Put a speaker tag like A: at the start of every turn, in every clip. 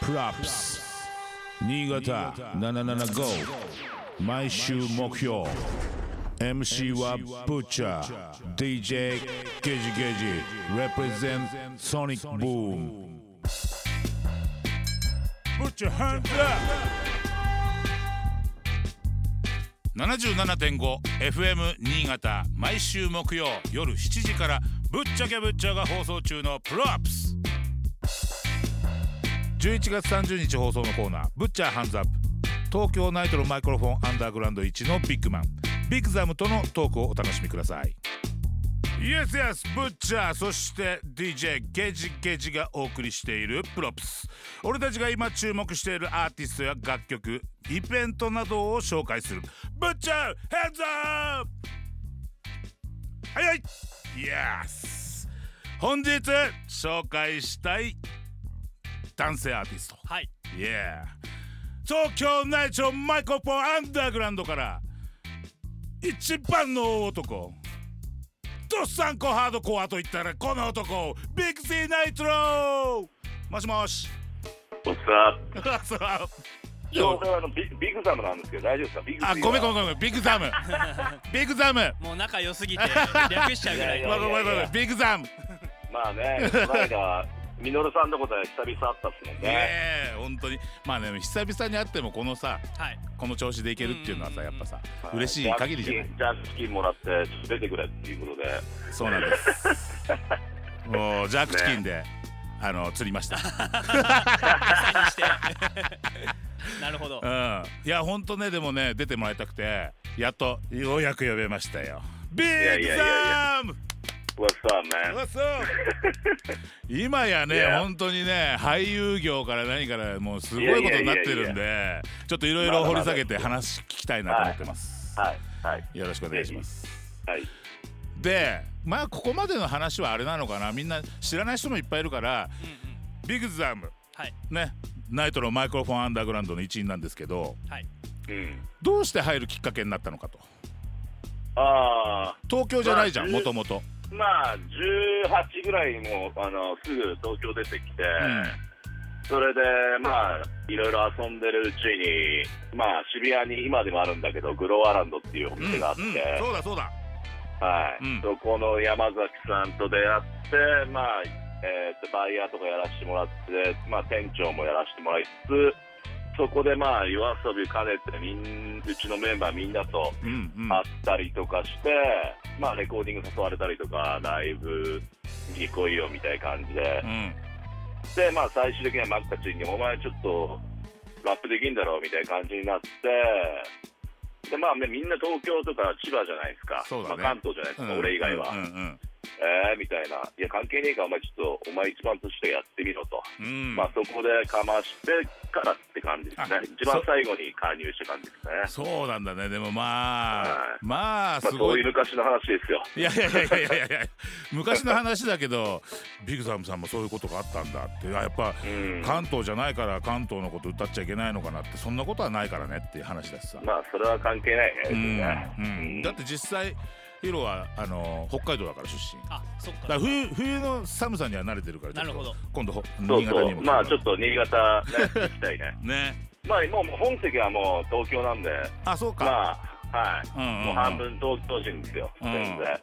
A: プラップス新潟775毎週目標 MC はブッチャー DJ ゲジゲジ represent ソニックブーム Put your hands up!
B: 77.5FM 新潟毎週木曜夜7時からぶっちゃけぶっちゃが放送中のプロアップス11月30日放送のコーナー「ブッチャーハンズアップ」東京ナイトのマイクロフォンアンダーグラウンド1のビッグマンビッグザムとのトークをお楽しみくださいイエスイエスブッチャーそして DJ ゲジゲジがお送りしているプロプス俺たちが今注目しているアーティストや楽曲イベントなどを紹介するブッチャーヘンズアップはいはいイエス本日紹介したい男性アーティスト
C: はい
B: イエー東京ナイトマイクロフォンアンダーグラウンドから一番の大男ドッサンコハードコアといったらこの男ビッグ C ナイトローもしも し
D: 僕さ、
B: そうあ
D: 紹介はあのビビッグサムなんですけど、大丈夫ですか、ビッグ
B: ごめんごめん
D: ん。
B: ごめんビッグザ ムビッグザム
C: もう仲良 すぎて略しちゃうぐらい
D: い
B: ごめ
D: や
B: んご
D: いや
B: めんごめんビッグザム
D: ま あね、この間、ミノルさんのことは久々会ったっすもんね。
B: ねえ本当にまあね久々に会ってもこのさ
C: はい
B: この調子でいけるっていうのはさやっぱさ
D: はい
B: 嬉しい限りじゃない
D: ジャッキーもらって、ちょっと出てくれっていうことで、
B: そうなんですもうジャークチキンであの釣りました
C: サインしてなるほど
B: うん、いや本当ねでもね出てもらいたくてやっとようやく呼べましたよビ
D: や
B: ッ
D: い
B: グ
D: やいやい
B: ザ
D: や
B: ム
D: What's up, man?
B: うそ今やね、
D: いや
B: 本当にね俳優業から何からもうすご
D: いや
B: い
D: い
B: こと
D: や
B: に
D: い
B: なっ
D: やいや
B: てるんでちょっといろいろ掘り下げて話聞きたいなと思ってます、
D: はい、はい、
B: よろしくお願いします
D: はい。
B: でまあここまでの話はあれなのかなみんな知らない人もいっぱいいるから
C: うんうん
B: ビッグザム
C: はい
B: ねナイトのマイクロフォンアンダーグラウンドの一員なんですけど
C: はい
D: うん。
B: どうして入るきっかけになったのかと
D: あ
B: 東京じゃないじゃん
D: まあ
B: もともと
D: ー、まあ、18ぐらいにもうあのすぐ東京出てきて、それで、まあ、いろいろ遊んでるうちに、まあ、渋谷に今でもあるんだけど、グローアランドっていうお
B: うんうん
D: 店があって、
B: そうだそうだ
D: はい、
B: うん
D: そこの山崎さんと出会って、まあえーとバイヤーとかやらせてもらって、まあ、店長もやらせてもらいつつそこでまあ夜遊び兼ねてみんうちのメンバーみんなと
B: うんうん
D: 会ったりとかして、まあ、レコーディング誘われたりとかライブに来いよみたいな感じで
B: う、ん
D: で、まあ、最終的にはマッカチンに「お前ちょっとラップできんだろ」みたいな感じになって。でまあ、ねみんな東京とか千葉じゃないですか、
B: そうだね
D: まあ、関東じゃないですか、
B: うん
D: 俺以外は、
B: うんうん
D: えー、みたいな、いや、関係ねえから、お前、ちょっと、お前一番としてやってみろと、
B: うんうん
D: まあ、そこでかましてからって感じです
B: あ
D: ね、一番最後に加入した感じですね、
B: そうなんだねでもまあ
D: はい
B: まあ
D: ますあ、そ
B: ご
D: うい
B: いう
D: 昔の話ですよ、
B: いやいやいやいやいやいや昔の話だけどビッグサムさんもそういうことがあったんだってやっぱ
D: うん、
B: 関東じゃないから関東のこと歌っちゃいけないのかなってそんなことはないからねっていう話だしさ
D: まあ、それは関係ないね、
B: うん
D: ね
B: うんだって実際ヒロはあの北海道だから出身
C: あそっ
B: だ
C: か
B: から冬冬の寒さには慣れてるからちょっと
C: なるほど
B: 今度ほ
D: そう
B: 新潟
D: そ
B: に
D: う、
B: も
D: まあ、ちょっと新潟、ね、行きた いね、
B: ね
D: まあ、もうもう本籍はもう東京なんで、
B: あそうか、
D: まあ、はい、
B: うんうんうん
D: もう半分東京人ですよ、
B: うん
D: 全然。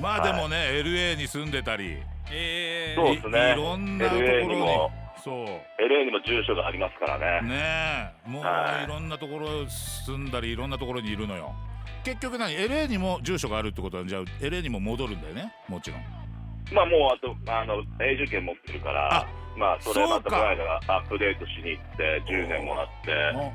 B: まあでもね、LA に住んでたり
C: え
D: そう
C: ー
D: ですね
B: いいろんなとこ
D: LA に
B: ろ
D: も
B: にそう
D: LA にも住所がありますからね。
B: ねえもう
D: はい
B: いろんなところ住んだりいろんなところにいるのよ結局何 LA にも住所があるってことはじゃあ LA にも戻るんだよねもちろん
D: まあもうあとあの永住権持ってるから
B: あ
D: まあそれ
B: そ
D: ま
B: うか
D: たこの間アップデートしに行って10年もらっ
B: うん
D: て
B: うんうんうん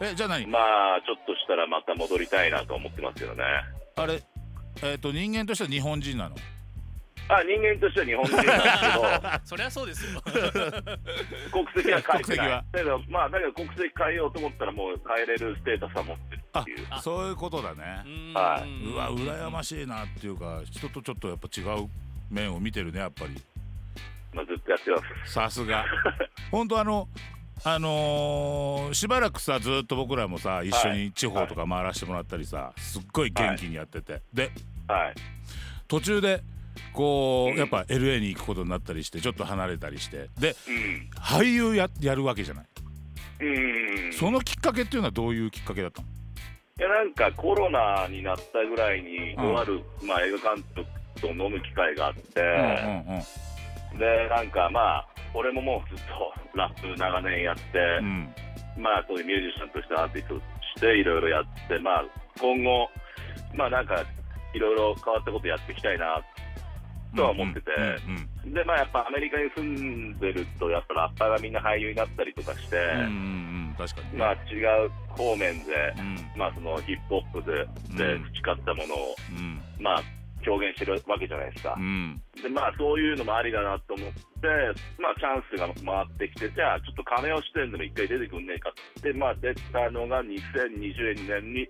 B: えじゃあ何
D: まあちょっとしたらまた戻りたいなと思ってますけどね
B: あれえっ、と人間としては日本人なの
D: あ人間としては日本人なんです
C: そりゃそうです よ
D: けど国籍は変えて
B: 国籍
D: な
B: はい
D: だけどまあだけど国籍変えようと思ったらもう変えれるステータスは持ってるっていう
C: あ
B: そういうことだね
C: うーん
D: はいう
B: わ羨ましいなっていうか人とちょっとやっぱ違う面を見てるねやっぱり
D: まあずっとやってます
B: さす が本当あのあのーしばらくさずっと僕らもさ一緒に地方とか回らせてもらったりさすっごい元気にやってて、で
D: はい
B: 途中でこうやっぱ LA に行くことになったりしてちょっと離れたりしてで
D: うん
B: 俳優ややるわけじゃない
D: うん
B: そのきっかけっていうのはどういうきっかけだったの
D: いやなんかコロナになったぐらい
B: う
D: に、
B: ん
D: とある、まあ、映画監督と飲む機会があって、
B: うんうん
D: でなんかまあ俺ももうずっとラップ長年やって、
B: うん
D: まあそういうミュージシャンとしてアーティストとしていろいろやってまあ今後まあなんかいろいろ変わったことやっていきたいなとは思ってて、
B: うんうん
D: でまあやっぱアメリカに住んでるとやっぱラッパーがみんな俳優になったりとかして、
B: うんうんうん確かにね
D: まあ違う方面で
B: うん
D: まあそのヒップホップで
B: う
D: で
B: ん
D: 培ったものを
B: うん
D: まあ表現してるわけじゃないですか
B: う、ん
D: でまあそういうのもありだなと思って、まあ、チャンスが回ってきてじゃあちょっと金を視点でも一回出てくんねえかって、まあ、出たのが2020年に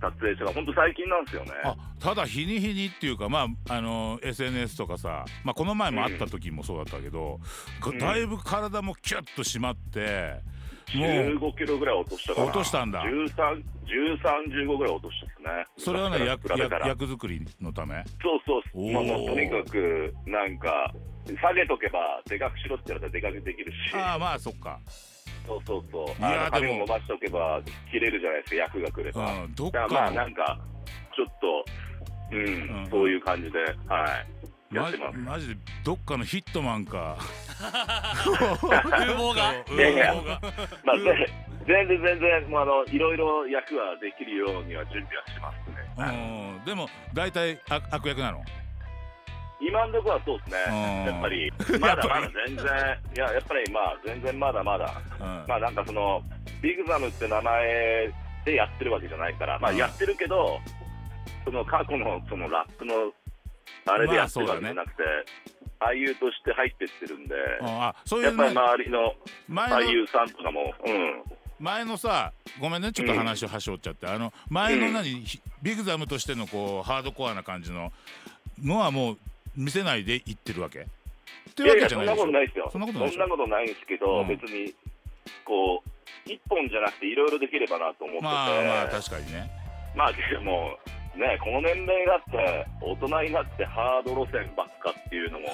D: 撮影したの本当最近なんですよね
B: あただ日に日にっていうかまああの SNS とかさ、まあ、この前も会った時もそうだったけど、が
D: うん
B: だいぶ体もキュッと締まってもう
D: 15キロぐらい落としたから
B: 落としたんだ
D: 1315ぐらい落としたですね
B: それはね
D: 昔
B: 役
D: から比べ
B: 役
D: たら
B: 役作りのため
D: そうそう
B: おー
D: まあ、もうとにかくなんか下げとけばでかくしろって言われたらでかくできるし
B: ああまあそっか、
D: そうそうそう
B: いや
D: あの髪
B: でも
D: を伸ばしておけば切れるじゃないですか役がくれば、
B: うん、どっ
D: だ
B: か
D: からまあなんかちょっとうん、
B: うん
D: そういう感じではいや
B: マ
D: っ
B: ジ
D: てます、
B: マジでどっかのヒットマン か
C: 風貌が
D: いやいや
C: 風貌が
D: まあ、ぜ全然全然もうあのいろいろ役はできるようには準備はしてますね、
B: うんでも大体あ悪役なの
D: 今のところはそうですね
B: うん
D: やっぱり まだま
B: や
D: だ全然いややっぱりまあ全然まだまだ
B: うん
D: まあなんかそのビグザムって名前でやってるわけじゃないからまあ
B: うん
D: やってるけどその過去のそのラップのあれでやってるわけじゃなくて、俳優として入ってってるんで、
B: うんあそうい
D: やっ
B: う
D: ぱり
B: ね
D: 周りの
B: 前の
D: 俳優さんとかも、うん、
B: 前のさごめんねちょっと
D: うん
B: 話をはしょっちゃって、あの前の
D: うん
B: 何、ひビグザムとしてのこうハードコアな感じののはもう見せないでいってるわけって
D: いやい
B: わけ
D: や、
B: じゃな
D: そ
B: んい
D: な
B: でしょ
D: ことないですよ、
B: そんなことないでしょ
D: ないんですけど、
B: うん
D: 別にこう、一本じゃなくて、いろいろできればなと思ってて、
B: まあまあ確かにね
D: まあ、でも、ね、この年齢だって、大人になってハード路線ばっかっていう のも、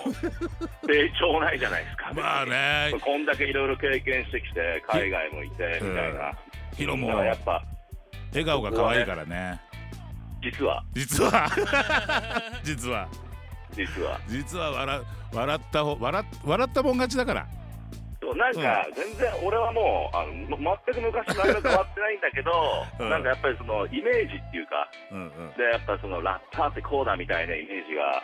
D: 成長ないじゃないですか、
B: まあね
D: こんだけいろいろ経験してきて、海外もいてみたいな、
B: ヒロも
D: だからやっぱ、
B: 笑顔が可愛いからね
D: 実は、
B: 実 は実は
D: 実は。
B: 実は笑う笑ったほ笑っ笑ったもん勝ちだから
D: そうなんか全然俺はもうあのま全く昔と何ら変わってないんだけど、
B: うん
D: なんかやっぱりそのイメージっていうか
B: うんうん
D: でやっぱそのラッパーってこうだみたいなイメージが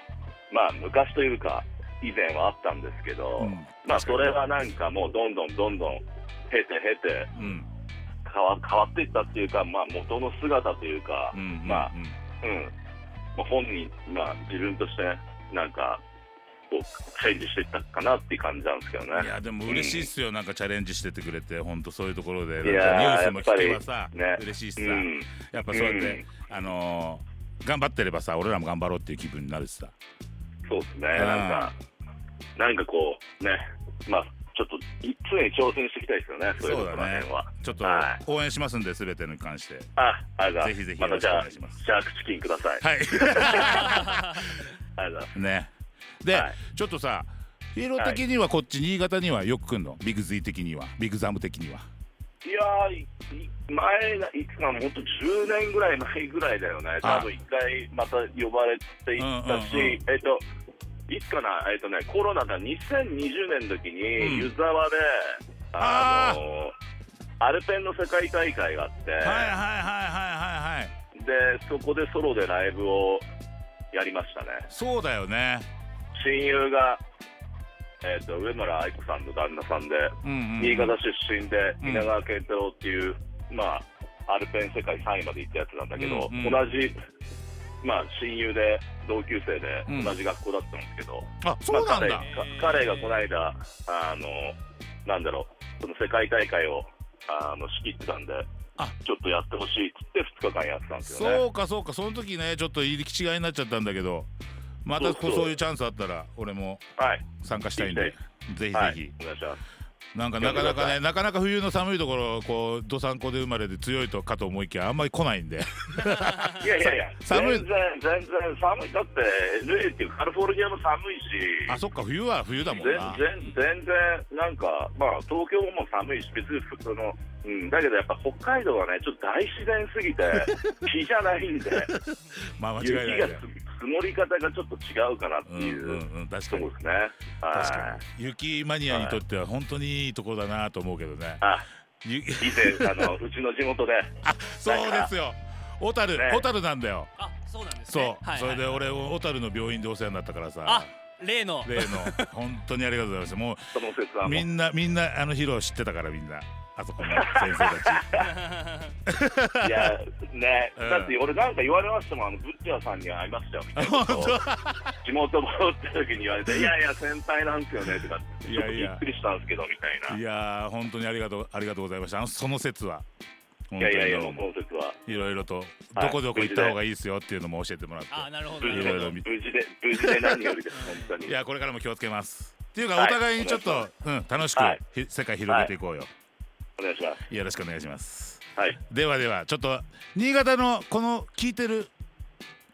D: まあ昔というか以前はあったんですけど、
B: うん
D: まあそれはなんかもうどんどんどんどん経て経て
B: うん
D: 変わ変わっていったっていうかまあ元の姿というか、
B: うんうん
D: まあ
B: うん
D: うんまあ、本人まあ自分としてなんかこうチェンジしていったかなっていう感じなんですけどね
B: いやでも嬉しいっすよ、なんかチャレンジしててくれて本当そういうところでなんか
D: い
B: ニ
D: や
B: ュ
D: ー
B: ースも聞けばさ、
D: やっぱりね
B: 嬉しいしさ、
D: うん
B: やっぱそうやって、あのー頑張ってればさ俺らも頑張ろうっていう気分になるしさ
D: そうですね、
B: うん
D: なんか、なんかこう、ね、まあ、ちょっと、い常に挑戦していきたいですよね、そういうことら辺は。
B: ちょっと
D: は
B: 応援しますんで全てに関 して
D: あ、ありがとうございます。
B: ぜひぜひ
D: またじゃ
B: よ
D: あ、
B: ろ
D: シ
B: しくお願いします
D: ャークチキンください。
B: はい
D: ありがとうござい ます。
B: ねで、
D: はい
B: ちょっとさヒーロー的にはこっち新潟にはよく来んのビッグズイ的にはビッグザム的にはい
D: やーいい前な、いつか、本当10年ぐらい前ぐらいだよね、
B: はい
D: 多分一回また呼ばれてい
B: うんう
D: ったし、
B: んうん
D: えっと、いつかな、えっとね、コロナが2020年の時に、
B: うん
D: 湯沢で、あのーアルペンの世界大会があって、
B: はいはいはいはいはいはい
D: でそこでソロでライブをやりましたね
B: そうだよね
D: 親友が、えー、と上村愛子さんの旦那さんで、
B: うんうん
D: 新潟出身で
B: うん
D: 稲川健太郎っていう、まあアルペン世界3位まで行ったやつなんだけど、
B: うんうん
D: 同じまあ親友で同級生で
B: うん
D: 同じ学校だったんですけど、
B: あそうなんだ、
D: まあ彼か彼がこの間あのなんだろうその世界大会をあの仕切ってたんで
B: あ
D: ちょっとやってほしいっつって2日間やってたんですよね
B: そうかそうかその時ねちょっと入り違いになっちゃったんだけどまたこ
D: そううそう
B: そういうチャンスあったら俺も
D: はい
B: 参加したいんでぜひぜ
D: はい
B: ひ
D: お願いします
B: なんかなかなか
D: 気をつけてくださ
B: ねなかなか冬の寒いところこうどさんこで生まれて強いとかと思いきやあんまり来ないんで
D: いやいやいや、
B: さ寒い
D: 全然、全然寒い。だって、LA っていうカリフォルニアも寒いし、
B: あそっか冬は冬だもん
D: 全
B: な
D: 然、全然、なんか、まあ、東京も寒いし、別に、その、うん、だけどやっぱ北海道はね、ちょっと大自然すぎて、 日じゃないんで、
B: まあ間違
D: 雪
B: い
D: が
B: ないね
D: 積もり方がちょっと違うかなって
B: うん
D: いう、
B: うんうん確
D: そ
B: か
D: う
B: に
D: ですね。
B: 確
D: は
B: かに雪マニアにとっては本当にいいところだなと思うけどね
D: い。あ、
B: ゆ
D: 以前、あの、うちの地元で、
B: あ そうですよ小樽
D: ね
B: 小樽なんだよ
C: あ、そうなんです
B: そ
C: ね。
B: うそれで
C: で、
B: 俺小樽の病院でお世話になったからさ
C: あ、例の。
B: 例の本当にありがとうございますも
D: その説
B: う
D: はも
B: み
D: う、
B: んなみんなあのヒロ知ってたからみんなあそこの先生たち
D: いや、ね、
B: うん
D: だって俺なんか言われましたもん、あの、ブッチャーさんに会いましたよ。
B: あ 本当
D: 地元戻った時に言わ れて「いやいや先輩なんですよね」とかち
B: い
D: ょっ
B: や
D: と
B: い
D: び
B: や
D: っくりしたんですけどみたい ない
B: やー本当にありがとうありがとうございましたあのその説は本
D: い
B: 当
D: や
B: に
D: いやいや
B: ど
D: も
B: う
D: う
B: も
D: この説はい
B: ろいろと
D: はい
B: どこどこ行った方がいいですよっていうのも教えてもらっ
C: あ、
B: て
C: なるほど。
D: 無
C: な
D: 事
B: いろ
C: るほ
D: で
B: いろ
C: ど。
D: 無事で無事で何よりです本当に
B: いやこれからも気をつけますっていうか
D: は
B: お
D: い
B: 互いにちょっと、うん、楽しく、
D: はい
B: ひ世界広げていこうよ、
D: お願いします
B: よろしくお願いします
D: はい
B: ではではちょっと新潟のこの聞いてる、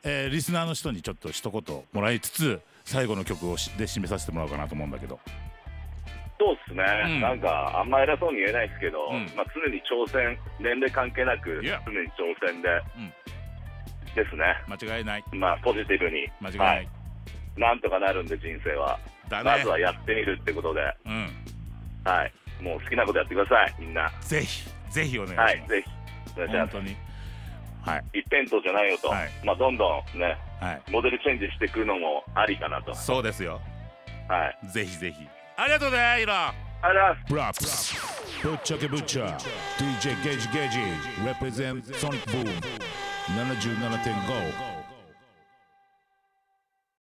B: えーリスナーの人にちょっと一言もらいつつ最後の曲をしで締めさせてもらおうかなと思うんだけど
D: そうですね、
B: うん
D: なんかあんま偉そうに言えないですけど、
B: うん
D: まあ、常に挑戦年齢関係なく
B: いや
D: 常に挑戦で、
B: うん
D: ですね
B: 間違いない
D: まあポジティブに
B: 間違い
D: は
B: ない、
D: い、なんとかなるんで人生は、
B: だ
D: ま
B: ね
D: ずはやってみるってことで、
B: うん
D: はい、もう好きなことやってくださいみんな
B: ぜひぜひお願いしま
D: は
B: す、
D: いぜひお願いしま
B: 本
D: す
B: 当にはい
D: 一辺倒じゃないよと、
B: はい
D: まあ、どんどんね
B: はい
D: モデルチェンジしていくのもありかなと。はい。
B: そうですよ
D: あ
B: ぜひぜひありがとうねイロ
D: りがとうございます。
A: Props. Butcher ke Butcher. DJ Gage Gage. Represent Sonic Boom. 77.5.